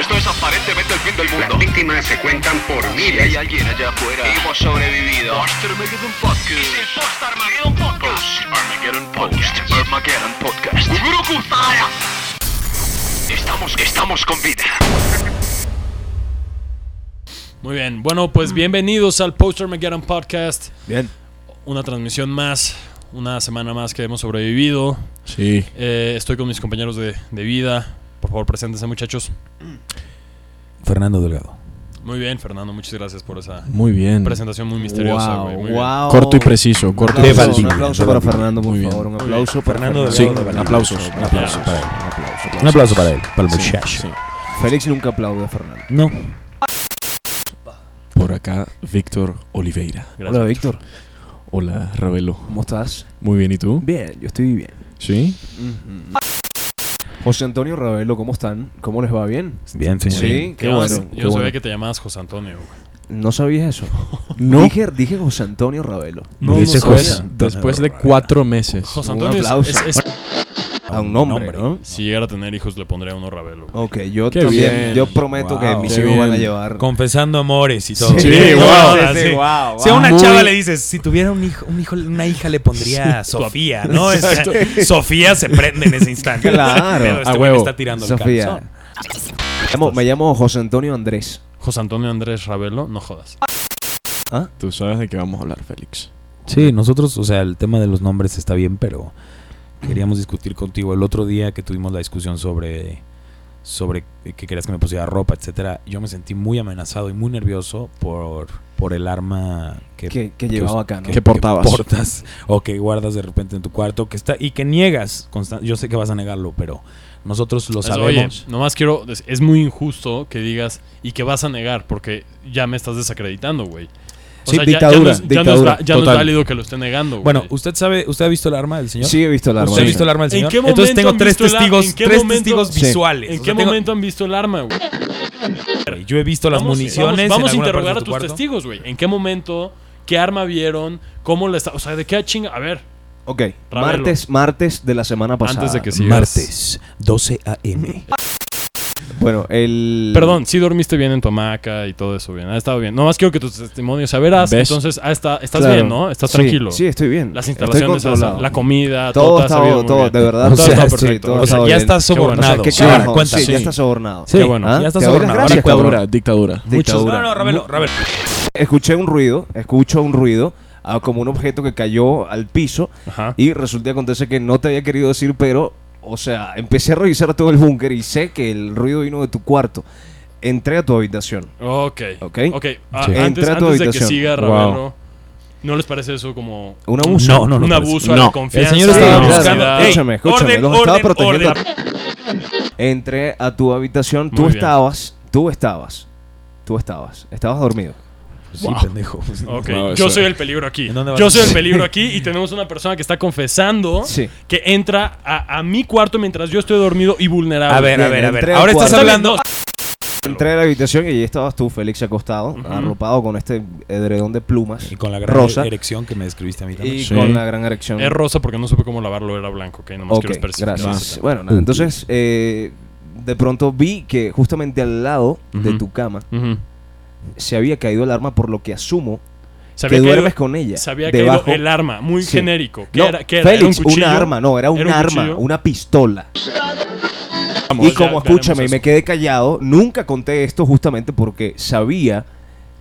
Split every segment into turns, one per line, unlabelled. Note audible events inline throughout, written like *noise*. Esto es aparentemente el fin del mundo.
Las víctimas se cuentan por
Si
miles.
hay alguien allá afuera.
Hemos sobrevivido.
Post
Es el Post Armageddon
Armageddon Podcast.
Podcast.
Post Armageddon Podcast. Armageddon Podcast.
¡Guruku Zaya!
Estamos, estamos con vida.
Muy bien, bueno, pues bienvenidos al Poster Armageddon Podcast.
Bien.
Una transmisión más, una semana más que hemos sobrevivido.
Sí.
Eh, estoy con mis compañeros de, de vida. Por favor, preséntense, muchachos.
Fernando Delgado.
Muy bien, Fernando, muchas gracias por esa
Muy bien.
presentación muy misteriosa, güey. Muy bien.
Corto y preciso. Corto y
Un
preciso.
aplauso, un aplauso para Fernando, por
Muy bien.
favor. Un aplauso para
Fernando
Fernando.
Sí, aplausos. Un aplauso para él. Un aplauso para él. Para el muchacho.
Félix nunca aplaude a Fernando.
No. Por acá, Víctor Oliveira.
Gracias.
Hola, Víctor.
Hola, Ravelo.
¿Cómo estás?
Muy bien, ¿y tú?
Bien, yo estoy bien.
Sí.
José Antonio Ravelo, ¿cómo están? ¿Cómo les va? ¿Bien?
Bien,
Sí, qué
Yo-
bueno.
Yo
qué
sabía
bueno.
que te llamabas José Antonio, güey.
No sabías *laughs* eso.
No.
Dije, dije José Antonio Ravelo.
No,
Dice
no
José,
sabía.
después de cuatro meses.
José
Un
Antonio es-
aplauso.
es- es-
A un nombre, ¿no?
Si llegara a tener hijos, le pondría uno Ravelo. güey.
Ok, yo
Qué
también.
bien.
Yo prometo que
Wow.
mis
Qué
hijos van a
bien.
llevar.
Confesando amores y todo.
Sí, Sí, wow.
ahora
sí, sí, wow,
Si a una
wow.
chava
Muy-
le dices, si tuviera un hijo, un hijo una hija le pondría
*laughs*
Sofía, ¿no? O sea, Sofía se prende en ese instante.
Claro.
Pero este
A
güey
huevo.
me está tirando el
Sofía.
calzón.
Me llamo, me llamo José Antonio Andrés.
José Antonio Andrés Ravelo, no jodas.
Tú sabes de qué vamos a hablar, Félix.
Sí, nosotros, o sea, el tema de los nombres está bien, pero queríamos discutir contigo el otro día que tuvimos la discusión sobre sobre que querías que me pusiera ropa, etcétera. Yo me sentí muy amenazado y muy nervioso por por el arma que
Que, que llevaba acá, ¿no?
Que portabas.
portas *laughs* o que guardas de repente en tu cuarto, que está y que niegas constan- Yo sé que vas a negarlo, pero nosotros lo
Es- Oye,
sabemos.
nomás quiero. Es, es muy injusto que digas y que vas a negar porque ya me estás desacreditando, güey. O
Sí,
sea, ya-
dictadura,
Ya, no es- ya no, es,
dictadura,
va- ya no es
total.
válido que lo esté negando, güey.
bueno, usted sabe, usted ha visto el arma del señor.
Sí, he visto el arma.
¿Usted ha visto el arma del
¿En
señor?
qué
Entonces
momento
tengo
han
tres
visto el ar-
testigos,
en qué
tres
momento-
testigos
Sí.
visuales.
¿En
O
qué
sea, tengo-
momento han visto el arma, güey?
Güey, Yo he visto las
Vamos-
municiones.
Vamos, vamos a
en alguna parte
interrogar
de
a
tu
tus
cuarto.
testigos, güey. ¿En qué momento? ¿Qué arma vieron? ¿Cómo la está? O sea, ¿de qué chinga? A ver,
Ok,
Ravelo.
martes, martes de la semana pasada.
antes de que sigas.
Martes, 12 a.m.
Bueno, el.
Perdón, sí dormiste bien en tu hamaca y todo eso bien. Ha estado bien. Nomás quiero que tus testimonios sea veraz.
¿Ves?
Entonces, ah, está, estás
Claro.
bien, ¿no? Estás
Sí,
tranquilo.
Sí, estoy bien.
Las
Estoy
instalaciones, la-
controlado.
la comida, todo,
todo
te ha
está
sabido muy
todo,
bien.
de verdad.
Todo
o sea,
está
sí,
perfecto.
todo
O
está
sea, ya
bien.
estás
Qué bueno.
O sea,
sobornado.
qué
Sí, ahora,
cabrón,
cuenta.
sí, ya
Sí.
estás sobornado.
Sí,
Qué bueno.
¿Ah?
ya estás
Te doy las
sobornado.
gracias,
Ahora, cabrón.
Dictadura, dictadura.
Dictadura.
No, no, Ravelo, Ravelo.
Escuché un ruido, escucho un ruido, ah, como un objeto que cayó al piso
Ajá.
y resulta que acontece que no te había querido decir, pero, o sea, empecé a revisar todo el búnker y sé que el ruido vino de tu cuarto. Entré a tu habitación.
Ok.
Ok.
Ok. Ah,
Sí.
Antes,
Entra a tu
antes de que
habitación.
siga
Wow.
Ravelo, ¿no les parece eso como
Un abuso.
No, no, no.
un
parece.
abuso a la
No.
confianza?
El señor
a la
estaba
claro,
privacidad?
buscando-
Ey, escúchame, escúchame,
orden,
los estaba
orden,
protegiendo.
orden.
Entré a tu habitación,
Muy
tú
bien.
estabas, tú estabas, tú estabas, estabas dormido.
Sí,
Wow.
pendejo.
Ok,
No,
yo
eso-
soy el peligro aquí.
¿En dónde vas?
Yo soy el peligro aquí y tenemos una persona que está confesando
Sí.
que entra a, a mi cuarto mientras yo estoy dormido y vulnerable.
A ver, a
Bien,
ver, a ver.
entré al
Ahora estás
cuarto.
hablando.
Entré a la habitación y ahí estabas tú, Félix, acostado, arropado con este edredón de plumas.
Y con la gran
rosa.
erección que me describiste a mí también.
Y
Sí.
con la gran erección.
Es rosa porque no supe cómo lavarlo, era blanco, ok, nomás
Ok,
quiero especificar.
gracias. Bueno, nada, entonces, eh, de pronto vi que justamente al lado de
Ujú.
tu cama
Ujú.
se había caído el arma, por lo que asumo
Se
que
había caído-
duermes con ella.
Se había
debajo.
caído el arma, muy
Sí.
genérico. ¿Qué
No,
era? ¿Qué era? ¿Era
Félix,
un cuchillo?
arma, no, era un arma,
cuchillo?
una pistola.
Vamos,
y
ya
como
hablaremos
escúchame, y
eso.
me quedé callado, nunca conté esto justamente porque sabía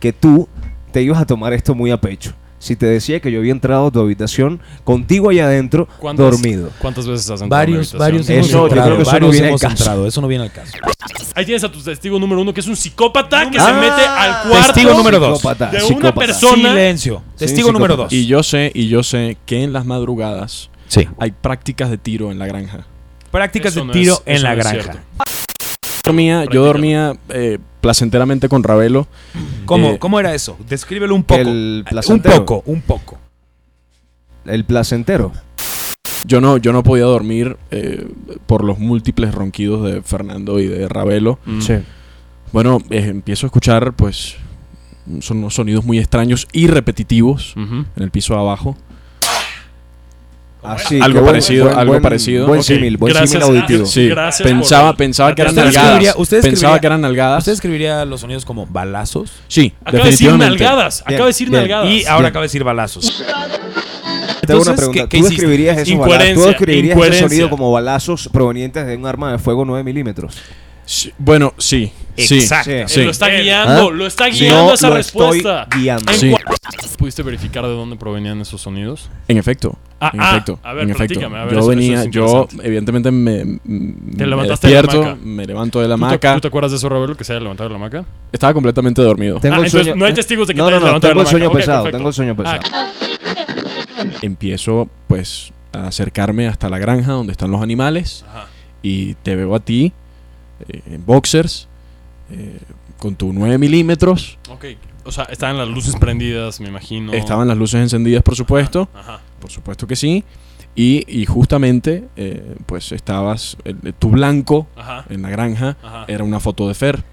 que tú te ibas a tomar esto muy a pecho. Si te decía que yo había entrado a tu habitación contigo allá adentro,
¿Cuántas-
dormido.
¿Cuántas veces has entrado
Varios,
a mi habitación?
varios
Eso
hemos
yo
entrado,
creo que eso no
varios
viene al
hemos
caso.
entrado, eso no viene al caso.
Ahí tienes a tu testigo número uno, que es un psicópata que se
Ah,
mete al cuarto
Testigo número dos.
psicópata,
de una
psicópata.
persona. Zona-
Silencio.
Sí,
Testigo
psicópata.
número dos.
Y yo sé, y yo sé que en las madrugadas
Sí.
hay prácticas de tiro en la granja.
Prácticas
Eso
de
no
tiro
es-
en
eso
la
no es
granja.
cierto.
Dormía, yo
Prácticas.
dormía eh, placenteramente con Ravelo.
¿Cómo,
Eh,
¿Cómo era eso? Descríbelo un poco.
Eh,
el
un
placentero.
poco, un poco.
El placentero.
Yo no, yo no podía dormir eh, por los múltiples ronquidos de Fernando y de Ravelo.
Mm.
Bueno, eh, empiezo a escuchar, pues, son
Mm.
unos sonidos muy extraños y repetitivos
Ujú.
en el piso de abajo.
Así,
Algo
qué buen-
parecido,
buen-
algo
buen-
parecido.
Buen
Ok,
símil, buen
gracias.
símil auditivo.
Ah,
Sí,
Gracias
pensaba,
por-
pensaba que eran
Ustedes
nalgadas.
escribiría- ustedes
pensaba
escribiría-
que eran
Ah.
nalgadas.
¿Usted escribiría los sonidos como balazos?
Sí,
Acaba de decir
definitivamente.
nalgadas. Acaba de decir
bien.
nalgadas. Eh,
Y ahora
Bien.
acaba de decir balazos.
Te hago una
Entonces,
pregunta.
¿qué- qué
¿Tú
hiciste?
escribirías, esos balazos-
Incoherencia,
¿Tú escribirías ese
incoherencia.
sonido como balazos provenientes de un arma de fuego 9 milímetros?
Sí, bueno, sí. sí.
Sí.
Exacto.
Él Lo está guiando,
¿Ah?
lo está
Sí.
guiando
No
esa
lo
respuesta.
estoy guiando.
En
Sí.
cua- ¿Pudiste verificar de dónde provenían esos sonidos?
En efecto.
Ah,
en
ah,
efecto.
a ver,
en efecto.
platícame, a ver,
yo
eso- eso
venía,
es
yo
interesante.
evidentemente me, me
levantaste de la
despierto,
hamaca.
me levanto de la
¿Tú te,
hamaca.
tú te acuerdas de eso, Roberto, que se haya levantado de la hamaca?
Estaba completamente dormido.
Tengo
Ah,
el
entonces
sueño-
no hay testigos de que
No,
te
no,
hayas
no,
levantado de
tengo
la
el sueño
hamaca. Ok,
pesado,
perfecto. Ah,
tengo el sueño pesado.
Empiezo pues a acercarme hasta la granja donde están los animales
Ajá.
y te veo a ti eh, en boxers eh, con tu 9 milímetros.
Ok, o sea, estaban las luces prendidas, me imagino.
Estaban las luces encendidas, por supuesto.
Ajá.
Por supuesto que sí. Y, y justamente, eh, pues estabas, el- tu blanco
Ajá.
en la granja
Ajá.
era una foto de Fer.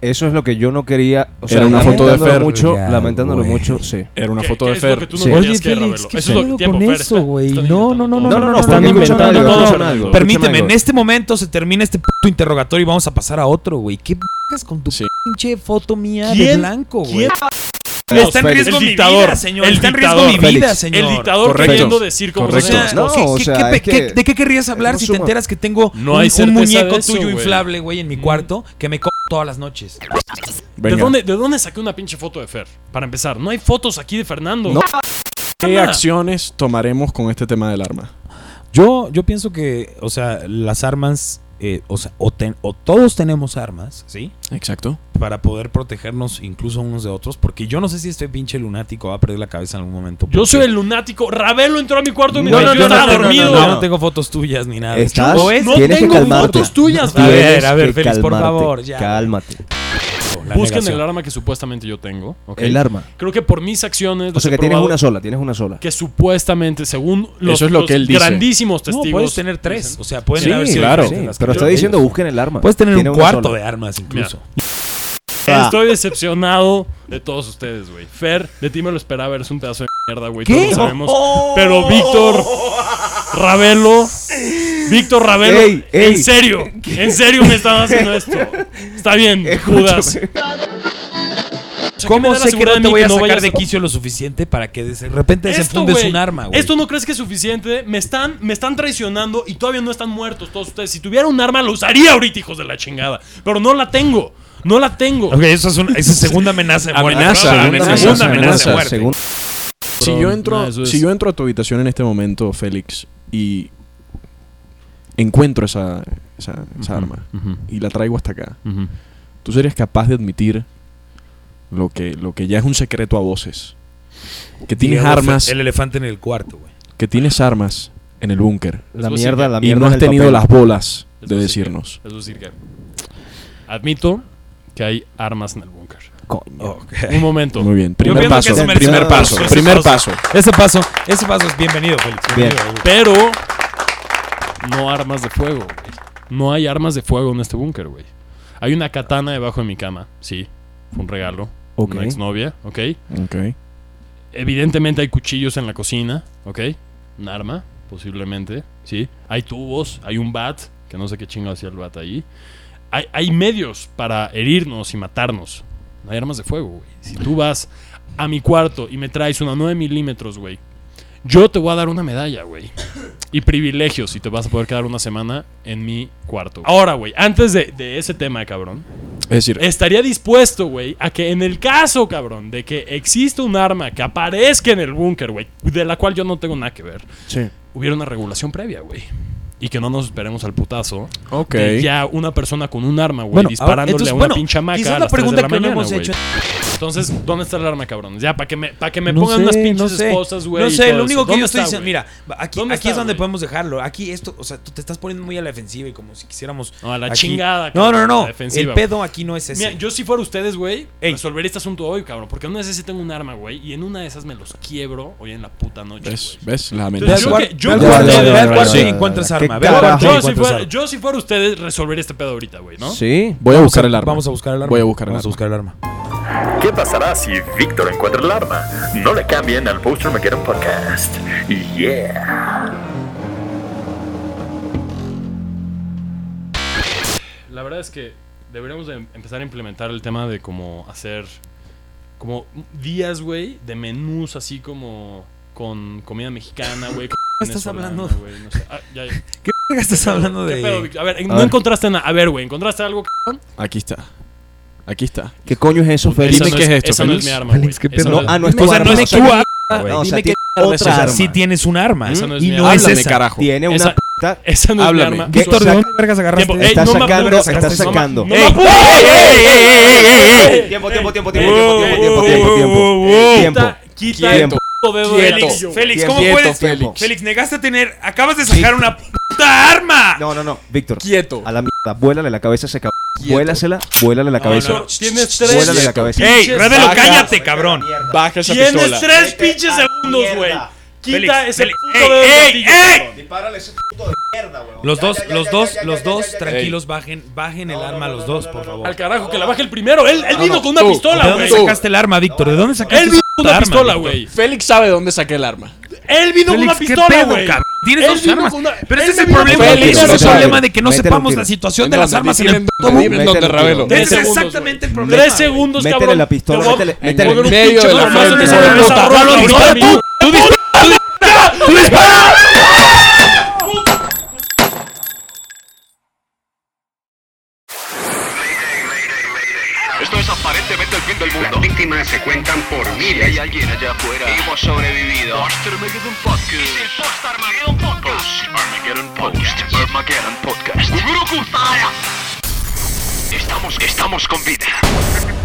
Eso es lo que yo no quería. O sea,
Era una foto de
lamentándolo
Fer.
mucho,
Ya,
lamentándolo
güey.
mucho, sí.
Era una
¿Qué-
foto
qué
de
es lo
Fer.
que tú no
Sí.
querías
Oye,
que era,
Félix,
Ravelo?
¿qué
Eso es lo que-
pedo
tiempo,
con
Fer,
eso,
está-
güey? No,
están
no, no,
inventando todo.
no,
No, no, no,
Están
escuchen
inventando
algo,
todo.
escuchen algo, escuchen
Permíteme,
algo.
en este momento se termina este puto interrogatorio y vamos a pasar a otro, güey. ¿Qué p***as con tu
Sí.
pinche foto mía de
¿Quién?
blanco, güey?
¿Quién?
Está en
Félix.
riesgo
El
mi
dictador.
vida, señor.
El
Está en riesgo
dictador.
mi vida,
Félix.
señor.
El dictador
Correcto.
queriendo decir cómo
O
Correcto.
son
sea,
las
No,
cosas.
¿qué-
o
qué-
sea,
qué-
es
qué-
que-
¿de qué querrías hablar
no
si
suma.
te enteras que tengo
No
un,
hay
un
certeza
muñeco
de eso,
tuyo
güey.
inflable, güey, en mi cuarto que me co todas las noches?
¿De
Venga.
dónde, ¿De dónde saqué una pinche foto de Fer? Para empezar, no hay fotos aquí de Fernando.
No. ¿Qué
Ana.
acciones tomaremos con este tema del arma?
Yo, yo pienso que, o sea, las armas, eh, o sea, o, ten- o todos tenemos armas, ¿sí?
Exacto.
Para poder protegernos incluso unos de otros, porque yo no sé si este pinche lunático va a perder la cabeza en algún momento.
Yo
porque
soy el lunático. Ravelo entró a mi cuarto
No,
mientras
no,
yo
yo no
estaba
tengo-
dormido.
no,
Yo no tengo fotos tuyas ni nada.
Estás-
O es-
No
Tienes que
tengo
calmarte.
fotos tuyas.
A ver,
Tienes
a ver,
que
Félix, por
calmarte,
favor, ya.
Cálmate.
la
Busquen
negación.
el arma que supuestamente yo tengo. ¿ok?
El arma.
Creo que por mis acciones.
O
los
sea
he
que tienes
probado
una sola, tienes una sola.
Que supuestamente, según los,
Eso es lo
los
que él dice.
grandísimos
No,
testigos.
puedes tener tres. O sea, pueden
Sí,
haber sido
claro.
diferentes las
pero
que-
está diciendo busquen el arma.
Puedes tener
Tiene
un
una
cuarto
sola.
de armas incluso.
Estoy decepcionado de todos ustedes, güey. Fer, de ti me lo esperaba, eres un pedazo de mierda, güey. Todos lo sabemos.
Oh.
Pero Víctor Ravelo. Víctor Ravelo,
Ey, ey.
en serio, en serio me están haciendo esto. Está bien,
Eh,
Escúchame.
Judas. me
¿Cómo
da la
sé que
seguridad
no
a
te
mí
voy
que
a
no
sacar
vayas
de
a-
quicio lo suficiente para que de repente desenfundes
güey,
un arma, güey?
Esto no crees que es suficiente. Me están, me están traicionando y todavía no están muertos todos ustedes. Si tuviera un arma, lo usaría ahorita, hijos de la chingada. Pero no la tengo. No la tengo.
Ok, eso es una, esa es segunda amenaza de muerte.
Amenaza,
Segunda
amenaza,
segunda amenaza
amenaza,
de muerte.
según-
Si
Pero,
yo, entro,
nah, eso es-
si yo entro a tu habitación en este momento, Félix, y encuentro esa, esa, esa arma y la traigo hasta acá, ¿tú serías capaz de admitir lo que, lo que ya es un secreto a voces? Que tienes
Diego,
armas,
El elefante en el cuarto, güey.
que tienes armas en el búnker
La
Eso sí
mierda,
que-
la
y
mierda.
no has
del
tenido
papel.
las bolas
Es
de
decir,
decirnos.
Es decir, que admito que hay armas en el búnker.
Coño.
*laughs*
Un momento.
Muy bien, primer
pienso que
paso,
eso merece
primer
una-
paso,
eso-
primer
eso-
paso.
Ese paso, ese paso es bienvenido, Félix.
Bien.
bienvenido, güey.
Pero no armas de fuego, güey. No hay armas de fuego en este búnker, güey. Hay una katana debajo de mi cama, sí. Fue un regalo.
Ok.
Una exnovia, ok.
Ok.
Evidentemente hay cuchillos en la cocina, ok. Un arma, posiblemente, sí. Hay tubos, hay un bat, que no sé qué chingo hacía el bat ahí. Hay, hay medios para herirnos y matarnos. No hay armas de fuego, güey. Si tú vas a mi cuarto y me traes una 9 milímetros, güey, yo te voy a dar una medalla, güey. Y privilegios y te vas a poder quedar una semana en mi cuarto. Ahora, güey, antes de, de ese tema, cabrón,
Es decir,
estaría dispuesto, güey, a que en el caso, cabrón, de que exista un arma que aparezca en el búnker, güey, de la cual yo no tengo nada que ver,
Sí.
hubiera una regulación previa, güey. Y que no nos esperemos al putazo.
ok.
de ya una persona con un arma, güey,
Bueno,
disparándole
ahora- entonces,
a una
bueno,
pincha maca.
quizás
a
la
las 3 de
pregunta
la
que no
mañana,
hemos
güey.
hecho-
Entonces, ¿dónde está el arma, cabrón? Ya, para que me, para que me
No
pongan
sé,
unas pinches
no sé.
esposas, güey.
No
y
sé,
todo
lo único
eso.
que
¿Dónde
yo estoy
está,
diciendo,
güey?
mira, aquí,
¿Dónde
aquí
está,
es donde
güey?
podemos dejarlo. Aquí esto, o sea, tú te estás poniendo muy a la defensiva y como si quisiéramos.
No, a la
aquí-
chingada,
No,
cabrón,
no,
a la
no.
defensiva,
El pedo aquí no es ese.
Mira, yo si fuera ustedes, güey,
Ey.
resolvería este asunto hoy, cabrón. Porque no necesitan un arma, güey. Y en una de esas me los quiebro hoy en la puta noche.
¿Ves?
güey.
¿Ves? La
Ve al
yo
amenaza.
cuar-
que- yo
ve al
que
cuarto-
ustedes-
ve al cuarto
Sí.
y encuentras
Qué
arma. Ve al
carajo.
cuarto y
Yo, si
encuentras
fuera,
arma.
yo si fuera ustedes, resolvería este pedo ahorita, güey, ¿no?
Sí.
Voy a buscar el arma.
Vamos a buscar el arma.
Voy a buscar el
Vamos a
arma.
buscar el arma.
¿Qué pasará si Víctor encuentra el arma? No le cambien al Poster McGarren Podcast. Yeah.
la verdad es que deberíamos de em- empezar a implementar el tema de como hacer como días, güey, de menús así como con comida mexicana, güey. con
estás
venezolana,
hablando?
güey, no sé. Ah, ya, ya.
Estás hablando
¿Qué pedo,
de.
Vic? a ver, no encontraste nada. A ver, güey, ¿encontraste algo? cabrón?
Aquí está. Aquí está.
¿Qué coño es eso, Félix?
Esa no
qué es esto,
Esa no es
Félix?
mi arma, güey.
Félix, ¿qué
Esa
pedo?
no
No,
es-
ah, no es tu
O sea,
arma.
no
o
es
sea,
tu
que-
arma.
no,
güey.
o sea,
Dime
tiene
O
otra
sea,
arma.
sí tienes un arma.
Esa no es
y
mi
no
arma.
es
Háblame,
esa.
carajo.
Tiene
Esa-
una puta.
Esa no es mi
Háblame.
arma.
Víctor, ¿de
Suelta-
dónde vergas agarraste?
Tiempo.
esto?
Ey,
Está
no me
sacando,
apuntes,
está
no me-
sacando.
no me
Ey,
apuntes.
Tiempo,
Ey,
tiempo, tiempo, tiempo,
ey,
tiempo,
ey,
tiempo,
ey,
tiempo,
ey,
tiempo.
ey,
Tiempo.
quita- Quita el
Quieto.
puto dedo del
Quieto.
anillo.
Félix, ¿cómo
Quieto,
puedes?
Félix.
Félix, negaste a tener. Acabas de sacar una puta arma.
No, no, no, Víctor.
Quieto.
A la mierda, vuélale la cabeza a ese cabrón. Vuélasela, vuélale la cabeza.
Víctor, Tienes tres.
Vuélale la cabeza.
Ey,
pinches
Rebelo,
vacas.
cállate, cabrón.
Baja esa
Tienes
pistola.
tres pinches segundos, güey.
Félix,
Quita ese
Félix,
puto
ey,
dedo del
ey,
gatillo,
ey.
cabrón.
Dispárale ese puto de mierda, weón.
Los dos, los dos, los dos, tranquilos, bajen, bajen el
No, no,
arma
no,
los
no,
dos,
no,
por
no,
favor.
Al carajo, que la baje el primero. Él, él
No,
vino
no,
con una
tú.
pistola,
¿De dónde
güey.
Tú.
sacaste el arma, Víctor? ¿De dónde sacaste
Él
esa
vino con
puta
una
arma,
pistola,
Víctor?
güey.
Félix sabe dónde saqué el arma.
Él vino con
Félix,
una
¿qué
pistola,
pedo,
güey.
cabrón? Tienes
Él
dos
vino
armas.
con una-
Pero ese
él
es el
vino con
problema.
una
Ese
Félix,
es el
métele un
problema
tiro.
de que no
Métele un
sepamos
tiro.
la situación de las armas en el puto
Dime
mundo.
en dónde,
Métele un
Ravelo.
tiro.
Tres
Ese es
segundos,
exactamente el
güey.
problema.
Tres segundos,
Métele
cabrón.
la pistola,
Te voy a-
métele-
te
métele
voy a
en
dar
el
un
medio
pinche
de la
plomazo en
frente,
esa
de la
cabeza,
nota.
cabrón.
Tú
Ahorita
dispara,
mismo. Tú dispara.
Esto es aparentemente el fin del mundo. Las víctimas se cuentan por miles. hay alguien allá afuera, hemos sobrevivido. Monster Armageddon Podcast. Es el Post Armageddon Podcast. Post Armageddon Podcast. Armageddon Podcast. Guguruku, Zaya. Estamos, estamos con vida.